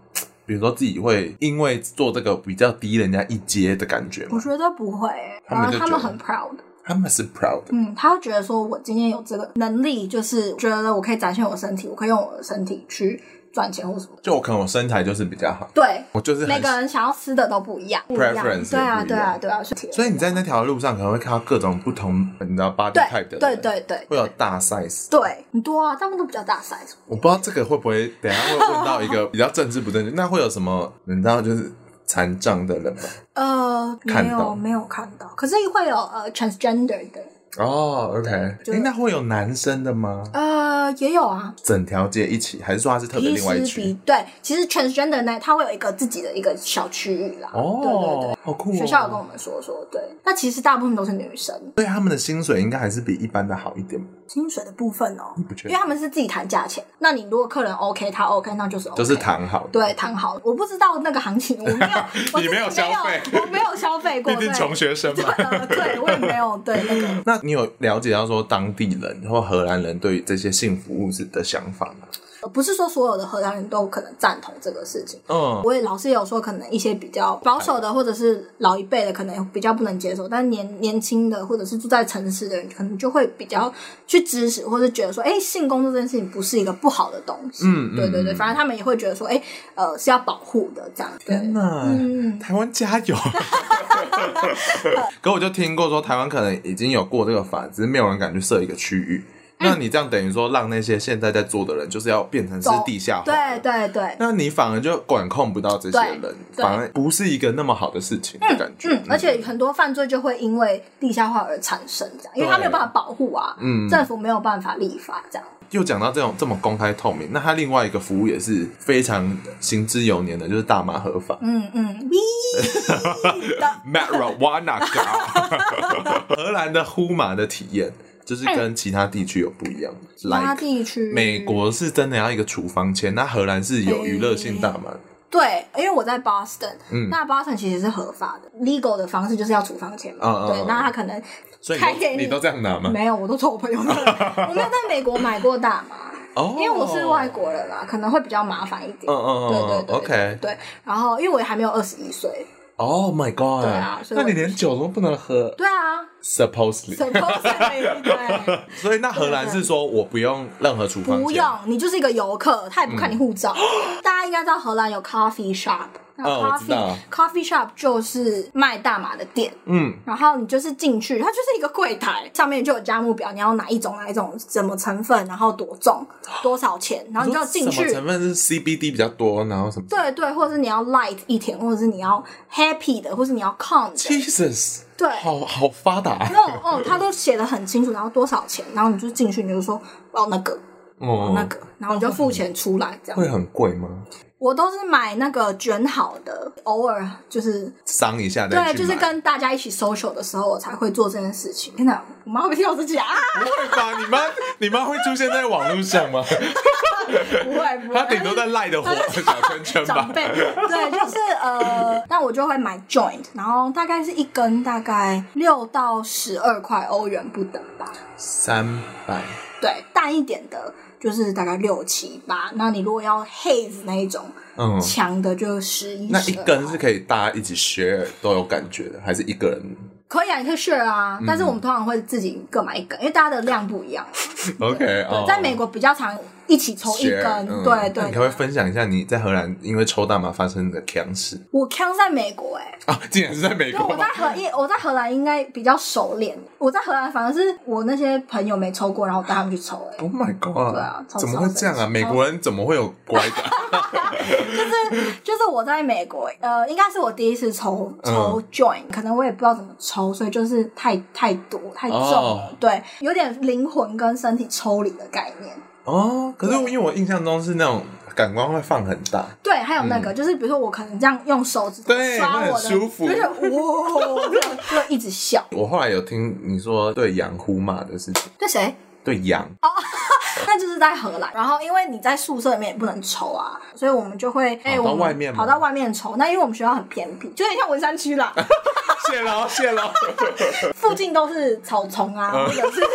S2: 比如说自己会因为做这个比较低人家一阶的感觉
S1: 我
S2: 吗？
S1: 觉得不会、欸，
S2: 他们
S1: 然
S2: 就
S1: 后他
S2: 觉
S1: 们
S2: 得
S1: 很 proud。
S2: 他们是 proud 的。
S1: 嗯，他会觉得说，我今天有这个能力，就是觉得我可以展现我的身体，我可以用我的身体去赚钱或什么的。
S2: 就我可能我身材就是比较好，
S1: 对，
S2: 我就是
S1: 每
S2: 很。
S1: 个人想要吃的都不一样，不一样。
S2: Preference
S1: 对啊，
S2: 也不一
S1: 对
S2: 样
S1: 啊，对啊。所以
S2: 所以你在那条路上可能会看到各种不同，你知道 body
S1: 对
S2: type 的人，
S1: 对对对
S2: 会有大 size。
S1: 对很多啊，他们都比较大 size。
S2: 我不知道这个会不会等一下会问到一个比较政治不 正确，那会有什么？你知道就是残障的人吗？
S1: 呃，
S2: 看
S1: 没
S2: 到
S1: 有没有看到，可是会有呃 transgender 的，
S2: 哦，OK，哎、
S1: 就
S2: 诶那会有男生的吗？
S1: 呃也有啊。
S2: 整条街一起，还是说他是特别
S1: 平
S2: 另外一
S1: 时比
S2: 区？
S1: 对，其实 transgender 呢，它会有一个自己的一个小区域啦。对对
S2: 哦，好酷哦！
S1: 对，学校有跟我们说说，对。那其实大部分都是女生，
S2: 所以他们的薪水应该还是比一般的好一点，
S1: 薪水的部分哦、
S2: 不确
S1: 因
S2: 定
S1: 为，他们是自己谈价钱。那你如果客人 OK，他 OK，那就是 OK，
S2: 就是谈好的。
S1: 对谈好。我不知道那个行情，我没有，我自
S2: 你
S1: 己
S2: 没
S1: 没
S2: 有消费
S1: 我没有消费过，
S2: 毕竟
S1: 对
S2: 穷学生嘛
S1: 对呃对，我也没有对那个。
S2: 那你有了解到说当地人或荷兰人对于这些性服务是的想法吗？
S1: 不是说所有的荷兰人都可能赞同这个事情。
S2: 嗯，
S1: 我也老师也有说，可能一些比较保守的，或者是老一辈的，可能比较不能接受，但年年轻的，或者是住在城市的人，可能就会比较去支持，或者觉得说，哎、性工作这件事情不是一个不好的东西。
S2: 嗯嗯
S1: 对对对，
S2: 嗯
S1: 反正他们也会觉得说，哎、呃，是要保护的这样。对，
S2: 天哪，
S1: 嗯
S2: 台湾加 油！可我就听过说，台湾可能已经有过这个法，只是没有人敢去设一个区域。
S1: 嗯
S2: 那你这样等于说，让那些现在在做的人，就是要变成是
S1: 走
S2: 地下化。
S1: 对对对。
S2: 那你反而就管控不到这些
S1: 对
S2: 人，
S1: 对
S2: 反而不是一个那么好的事情的感觉。
S1: 嗯，而且很多犯罪就会因为地下化而产生，这样，因为他没有办法保护啊，
S2: 嗯
S1: 政府没有办法立法，这样。
S2: 又讲到这种这么公开透明，那他另外一个服务也是非常行之有年的，就是大麻合法。
S1: 嗯嗯， 咦的
S2: marijuana 搞荷兰的呼麻的体验，就是跟其他地区有不一样。
S1: 其他
S2: Like
S1: 地区，
S2: 美国是真的要一个处方签，那荷兰是有娱乐性大
S1: 哎
S2: 麻。
S1: 对，因为我在 Boston，、
S2: 嗯
S1: 那 Boston 其实是合法的，legal 的方式就是要处方钱嘛。
S2: 嗯嗯
S1: 对，
S2: 嗯
S1: 那他可能
S2: 所以
S1: 开给
S2: 你都
S1: 你
S2: 你都这样拿吗？
S1: 没有，我都从我朋友那里，我没有在美国买过大麻，
S2: 哦，
S1: 因为我是外。国人啦，可能会比较麻烦一点。
S2: 嗯嗯嗯
S1: 对对对
S2: OK
S1: 对，然后因为我还没有二十一岁，
S2: Oh my god！
S1: 对啊所以
S2: 那
S1: 我
S2: 你连酒都不能喝，
S1: 对啊，
S2: supposedly，
S1: supposedly 对，
S2: 所以那荷兰是说我不用任何处方签，
S1: 不用，你就是一个游客，他也不看你护照。大家应该知道荷兰有 coffee shop，那
S2: 嗯我知
S1: coffee、
S2: 道
S1: coffee shop 就是卖大麻的店，
S2: 嗯，
S1: 然后你就是进去，它就是一个柜台，上面就有价目表，你要哪一种哪一种，什么成分，然后多重，多少钱，然后啊你就进
S2: 哦什么
S1: 去。
S2: 成分是 CBD 比较多，然后什么
S1: 对对，或者是你要 light 一点，或者是你要 happy 的，或是你要 calm 的，
S2: Jesus，
S1: 对
S2: 好好发达
S1: 没，有哦，他都写的很清楚，然后多少钱，然后你就进去，你就说我要那个，我
S2: 哦
S1: 要那个，然后你就付钱出来这样。
S2: 会很贵吗？
S1: 我都是买那个卷好的，偶尔就是
S2: 伤一下再
S1: 对，
S2: 去
S1: 就是
S2: 买
S1: 跟大家一起 social 的时候，我才会做这件事情。天哪，我妈会不会听到自己啊？
S2: 不会吧？你妈你妈会出现在网络 上吗？
S1: 不会，不会，
S2: 她顶多在赖的火小圈圈吧
S1: 长。辈，对，就是呃，那我就会买 joint，然后大概是一根大概六到十二块欧元不等吧，
S2: 三百，
S1: 对，淡一点的。就是大概六七八，那你如果要 haze 那一种
S2: 嗯，
S1: 强的，就十一。
S2: 那一根
S1: 12
S2: 是可以大家一起 share 都有感觉的，还是一个人
S1: 可以啊，你可以 share 啊，
S2: 嗯
S1: 但是我们通常会自己各买一根，因为大家的量不一样。
S2: ？OK，哦
S1: 对，，在美国比较常一起抽一
S2: share，
S1: 根，
S2: 嗯
S1: 对
S2: 那
S1: 对
S2: 你可不可
S1: 对。
S2: 以分享一下你在荷兰因为抽大麻发生的强事
S1: 我康在美国哎、
S2: 啊？竟然是在美
S1: 因为
S2: 国
S1: 我在
S2: 吗？
S1: 荷一我在荷兰应该比较熟练，我在荷兰反而是我那些朋友没抽过，然后我带他们去抽哎、
S2: Oh my god！
S1: 对啊超
S2: 怎么会这样
S1: 超
S2: 啊？
S1: 神奇
S2: 美国人怎么会有乖 的？
S1: 就是就是我在美国、呃，应该是我第一次抽
S2: 嗯
S1: 抽 join，、可能我也不知道怎么抽，所以就是太太多太重了
S2: 哦
S1: 对，有点灵魂跟身体抽离的概念。
S2: 哦，可是
S1: 啊
S2: 因为我印象中是那种感官会放很大，
S1: 对，还有那个、就是，比如说我可能这样用手指头
S2: 嗯对
S1: 刷
S2: 会很
S1: 我的，
S2: 舒服
S1: 就是哇，这样就一直 笑。
S2: 我后来有听你说对羊呼骂的事情，
S1: 对谁？
S2: 对羊，
S1: 哦那就是在荷兰。然后因为你在宿舍里面也不能抽啊，所以我们就会哎、
S2: 到
S1: 我们
S2: 外面吗
S1: 跑到外面抽。那因为我们学校很偏僻，就有点像文山区 啦，
S2: 谢喽谢 喽，
S1: 附近都是草丛啊，
S2: 嗯
S1: 或者是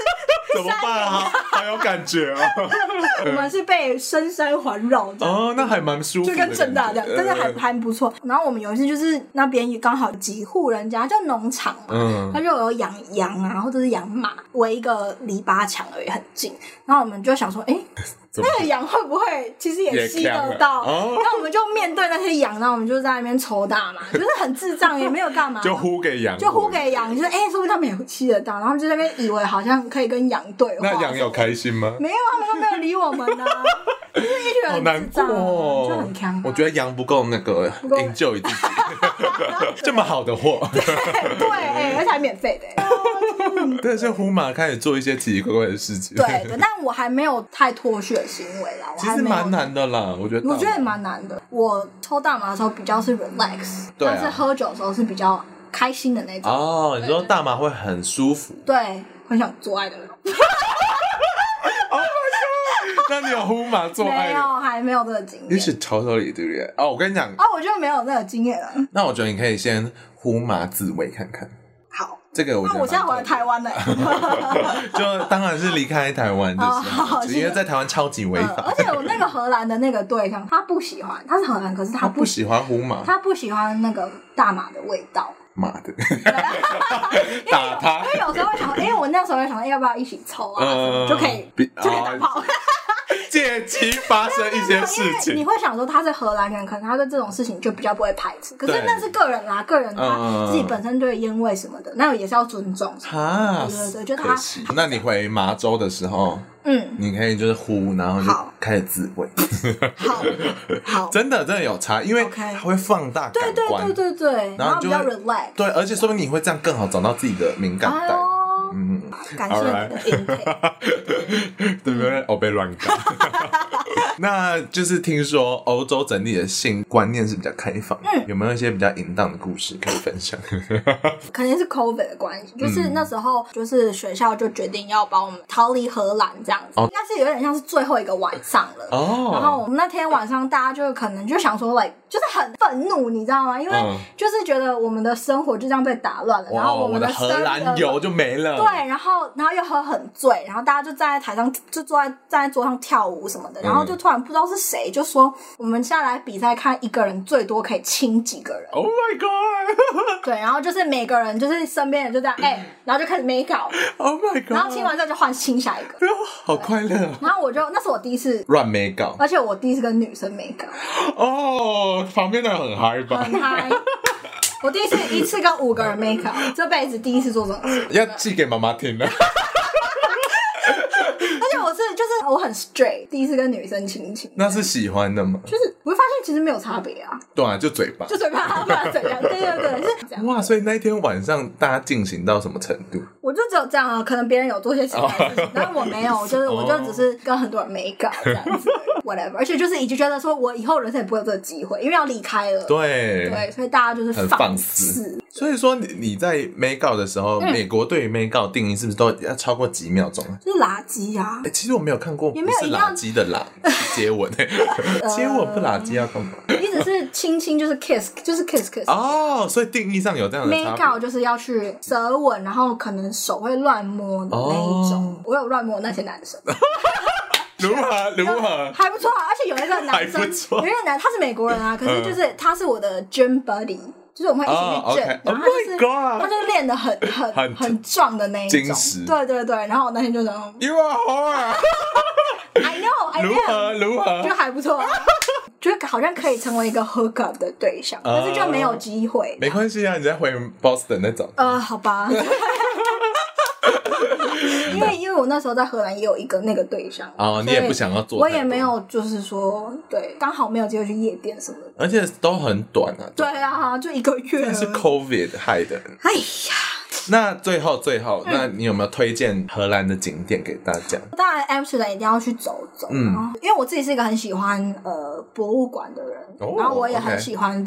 S2: 怎么办啊？好有感觉哦，
S1: 我们是被深山环绕的。
S2: 哦，那还蛮舒服
S1: 就
S2: 的感觉，嗯
S1: 跟正大这样，真的还还不错。然后我们有一次就是那边也刚好几户人家，就农场嘛，
S2: 嗯
S1: 他就有养羊啊，或者是养马，围一个篱笆墙而已，很近。然后我们就想说，哎、
S2: 怎么
S1: 那个羊会不会其实也
S2: 也
S1: 吸
S2: 呛
S1: 得
S2: 了
S1: 到？
S2: 哦
S1: 那我们就面对那些羊，然后我们就在那边抽大 麻，就是很智障，也没有干嘛，
S2: 就呼给羊，
S1: 就呼。给羊，就是哎、说不定他们也吸得到，然后就在那边以为好像可以跟羊对话。
S2: 那羊有开心吗？
S1: 没有，啊他们都没有理我们 呢、啊，就是一群人
S2: 好
S1: 很
S2: 难
S1: 智
S2: 过
S1: 障啊、
S2: 哦，
S1: 就很强、啊
S2: 我觉得羊不够那个
S1: 够
S2: enjoy 自己， 这么好的货，
S1: 得对、哎而且还免费的、 哎
S2: 对，是呼马开始做一些奇奇怪怪的事情，
S1: 对的，但我还没有太脱序的行为啦，我
S2: 其
S1: 还
S2: 实
S1: 没有
S2: 蛮难的啦，我觉得。
S1: 我觉得也蛮难的。我抽大麻的时候比较是 relax，、
S2: 对啊
S1: 但是喝酒的时候是比较开心的那种，
S2: 哦，你说大麻会很 舒服，
S1: 对，很想做爱的那种。
S2: 那你有呼马做
S1: 没
S2: 爱吗？
S1: 有，还没有这个经
S2: 你
S1: 验。
S2: 是 totally 对不对？哦，我跟你讲，
S1: 啊，我就没有那个经验了。
S2: 那我觉得你可以先呼麻自慰看看，
S1: 好，
S2: 这个我
S1: 那
S2: 觉得
S1: 哦我现在回
S2: 蛮
S1: 来
S2: 特
S1: 台湾了、欸
S2: 别就当然是离开台湾就
S1: 哦
S2: 是这
S1: 好
S2: 样子，因为在台湾超级违
S1: 嗯
S2: 法
S1: 而， 且我那个荷兰的那个对象，他不喜欢，他是荷兰，可是他
S2: 他
S1: 不
S2: 不喜欢呼麻，
S1: 他不喜欢那个大麻的味 道。
S2: 妈 的，打他
S1: 因。为有时候会想，因哎为我那时候会想，要不要一起抽啊，
S2: 嗯
S1: 就可以
S2: 比啊
S1: 就可以打
S2: 哦
S1: 炮。
S2: 借机发生一些事
S1: 因为你
S2: 情。
S1: 会想说他是荷兰人，可能他对这种事情就比较不会排斥。可是
S2: 对
S1: 那是个人啦，个人
S2: 嗯
S1: 他自己本身对烟味什么的，那也是要尊重。
S2: 啊
S1: 对对对就他
S2: 可惜。那你回麻州的时候，
S1: 嗯，
S2: 你可以就是呼，然后就
S1: 好
S2: 开始自慰。
S1: 好，好，
S2: 真的，真的有差，因为
S1: OK
S2: 它会放大感
S1: 对对对
S2: 官。
S1: 对对，
S2: 然
S1: 然
S2: 后
S1: 后
S2: 你
S1: 比
S2: 就会
S1: 较 relax。
S2: 对而且说明你会这样更好找到自己的敏感
S1: 哎
S2: 带。
S1: 呦，
S2: 嗯，
S1: 感谢你的 input。
S2: 对不对？我哦被乱搞。 那就是听说欧洲整体的性观念是比较开放，
S1: 嗯
S2: 有没有一些比较淫荡的故事可以分 享？
S1: 肯定是 COVID 的关系，
S2: 嗯
S1: 就是那时候就是学校就决定要把我们逃离荷兰这样子，
S2: 哦
S1: 应该是有点像是最后一个晚上了。
S2: 哦
S1: 然后我们那天晚上大家就可能就想说，like 就是很愤怒，你知道吗？因为
S2: 嗯
S1: 就是觉得我们的生活就这样被打乱了，然
S2: 哇，
S1: 后
S2: 我
S1: 们
S2: 的
S1: 生呃
S2: 荷兰游就没了。
S1: 对，然后然后又喝很醉，然后大家就站在台上，就坐在站在桌上跳舞什么
S2: 嗯
S1: 的，然后就突然不知道是谁就说，我们下来比赛看一个人最多可以亲几个人，
S2: ，Oh my god，Oh
S1: 对，然后就是每个人就是身边人就这样，哎、然后就开始没搞，
S2: Oh my god，
S1: 然后亲完之后就换亲下一个，
S2: 好快乐，哦
S1: 然后我就那是我第一次，
S2: 乱没搞
S1: 而且我第一次跟女生没搞，
S2: 哦，旁边的人很嗨 吧？
S1: 很嗨。我第一次一次跟五个人 make out，这辈子第一次做这种事，
S2: 要寄给妈妈听了。
S1: 而且我是就是我很 straight，第一次跟女生亲亲，
S2: 那是喜欢的吗？
S1: 就是我会发现其实没有差别啊，
S2: 对啊，就嘴 巴。
S1: 就嘴巴不然怎样？ 对对对，是这样。
S2: 哇，所以那一天晚上大家进行到什么程度？
S1: 我就只有这样啊，可能别人有做些其他事情，但我没有，就是我就只是跟很多人没搞这样子，whatever。而且就是已经觉得说我以后人生也不会有这个机会，因为要离开了。
S2: 对，
S1: 对，所以大家就是
S2: 很放肆
S1: 肆。嗯
S2: 所以说你你在 m a k 的时候，美国对于 m a k 定义是不是都要超过几秒钟啊？
S1: 就是垃圾啊
S2: 哎、！其实我没有看过，
S1: 也
S2: 不
S1: 没有
S2: 是
S1: 一
S2: 垃
S1: 样
S2: 圾的垃， 是接吻、欸，接吻不垃圾要干嘛？
S1: 你只是亲亲，就是 kiss，就是 kiss kiss。
S2: 哦，所以定义上有这样的
S1: make
S2: 差
S1: out
S2: 别。
S1: 就是要去舌吻，然后可能手会乱摸的那一种。
S2: 哦
S1: 我有乱摸那些男 生，
S2: 如何如何？
S1: 还不错啊。而且有一个男
S2: 还不
S1: 生，
S2: 错嗯
S1: 有一个男，他是美国人啊，可是就是他是我的 gym buddy，就是我们会一起去 gym，
S2: 哦，OK
S1: 然后他就是
S2: Oh my God
S1: 他就是练的很很
S2: 很
S1: 很壮的那一种
S2: 精实，
S1: 对对对。然后我那天就说
S2: You are whore，
S1: ，I know I
S2: 如
S1: know，
S2: 何如
S1: 就
S2: 何？
S1: 还不错啊， 觉得好像可以成为一个 hook up 的对象，
S2: 哦
S1: 但是就没有机会。
S2: 没关系啊，你再回 Boston 再找。
S1: 呃，好吧。 因为因为我那时候在荷兰也有一个那个对象
S2: 哦你也不想要做
S1: 所以我
S2: 太
S1: 也
S2: 多
S1: 没有就是说对，刚好没有机会去夜店什么的。
S2: 而且都很短啊，
S1: 对啊，就一个月而
S2: 但
S1: 已。
S2: 是 COVID 害的。
S1: 哎呀，
S2: 那最后最后，
S1: 嗯
S2: 那你有没有推荐荷兰的景点给大家？
S1: 当然 Amsterdam 一定要去走走，
S2: 嗯
S1: 然后因为我自己是一个很喜欢呃博物馆的人，
S2: 哦
S1: 然后我也
S2: OK
S1: 很喜欢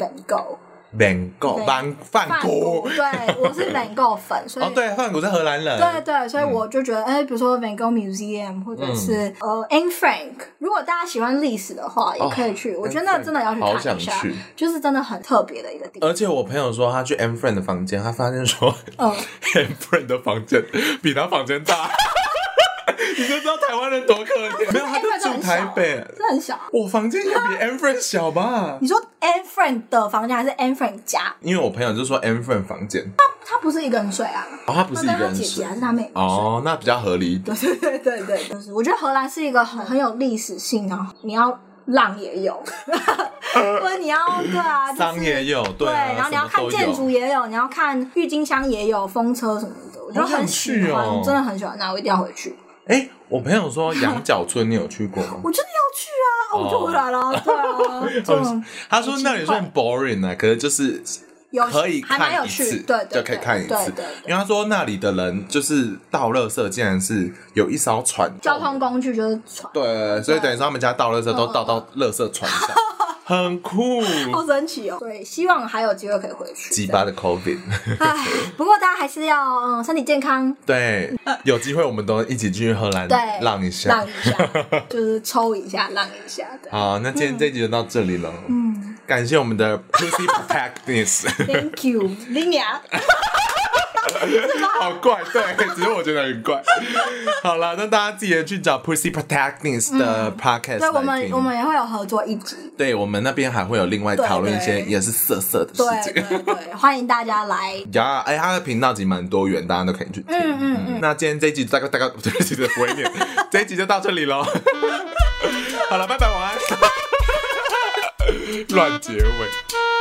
S1: Van Gogh，对
S2: 梵谷，梵梵
S1: 梵谷
S2: 谷。
S1: 对我是 Van Gogh 粉，所以
S2: 哦，对，梵谷是荷兰人。
S1: 对对，所以我就觉得，哎、比如说 Van Gogh Museum 或者是、呃 Anne Frank，如果大家喜欢历史的话，也可以去。我觉得那
S2: Anne
S1: 真的要去
S2: Frank，
S1: 看一
S2: 好
S1: 下
S2: 想去，
S1: 就是真的很特别的一个地方。
S2: 而且我朋友说，他去 M friend 的房间，他发现说、
S1: 嗯
S2: m friend 的房间 比他房间大， 你就知道台湾人多可 怜。没有，他
S1: Anne Frank
S2: 就
S1: 很
S2: 住
S1: 小
S2: 台北，
S1: 这很小。
S2: 我房间 也比 M friend 小吧？
S1: 你说 Anne Frank 的房间还是 Anne Frank 家？
S2: 因为我朋友就说 M friend 房间，
S1: 他不是一个人睡啊，
S2: 哦，他不是一
S1: 他
S2: 个
S1: 跟他
S2: 人
S1: 姐
S2: 睡
S1: 姐还是他妹妹睡。
S2: 哦，那比较合理一点。
S1: 对对对对，就是我觉得荷兰是一个很很有历史性，然后你要浪也有，或者你要对啊，就是
S2: 商也有，
S1: 对，
S2: 啊，
S1: 然后你要
S2: 什
S1: 看
S2: 么都有
S1: 建筑也有，你要看郁金香也有，风车什么的，我就
S2: 好想
S1: 很喜欢，
S2: 去哦
S1: 真的很喜欢，那我一定要回去，
S2: 哎、我朋友说羊角村，你有去过吗？
S1: 我真的要去啊，啊我就回来
S2: 哦
S1: 了， 对啊，就
S2: 他说那里算 boring 啊，可是就是
S1: 有
S2: 可以
S1: 还蛮有
S2: 看一
S1: 趣
S2: 次，，
S1: 对，对
S2: 就可以看一
S1: 对
S2: 次
S1: 对。对
S2: 因为他说那里的人就是倒垃圾，竟然是有一艘船，
S1: 交通工具就是船，
S2: 对，所以等于说他们家倒垃圾都倒到垃圾船上，很酷。
S1: 好神奇哦，对，希望还有机会可以回去，
S2: 鸡巴的 COVID，
S1: 唉，不过大家还是要嗯身体健康，
S2: 对，有机会我们都一起去荷兰
S1: 对，
S2: 嗯浪一下
S1: 浪。一 下，就是抽一下，浪一下的。
S2: 好，那今天这集就到这里了。嗯，感谢我们的 Pussy Protectness。
S1: Thank you，林 雅。
S2: 好怪，对，只是我觉得很怪。好了，那大家记得去找 Pussy Protectness 的 podcast 来听、
S1: 对，我们我们也会有合作一集。
S2: 对我们那边还会有另外讨论一些
S1: 对对
S2: 也是色色的事
S1: 对
S2: 情。
S1: 对对，欢迎大家来。
S2: 呀，哎，他的频道其实蛮多元，大家都可以去听。
S1: 嗯嗯嗯，
S2: 那今天这一集大概大概，对不起，不会念，这一集就到这里喽。好了，拜拜，晚安。乱结尾。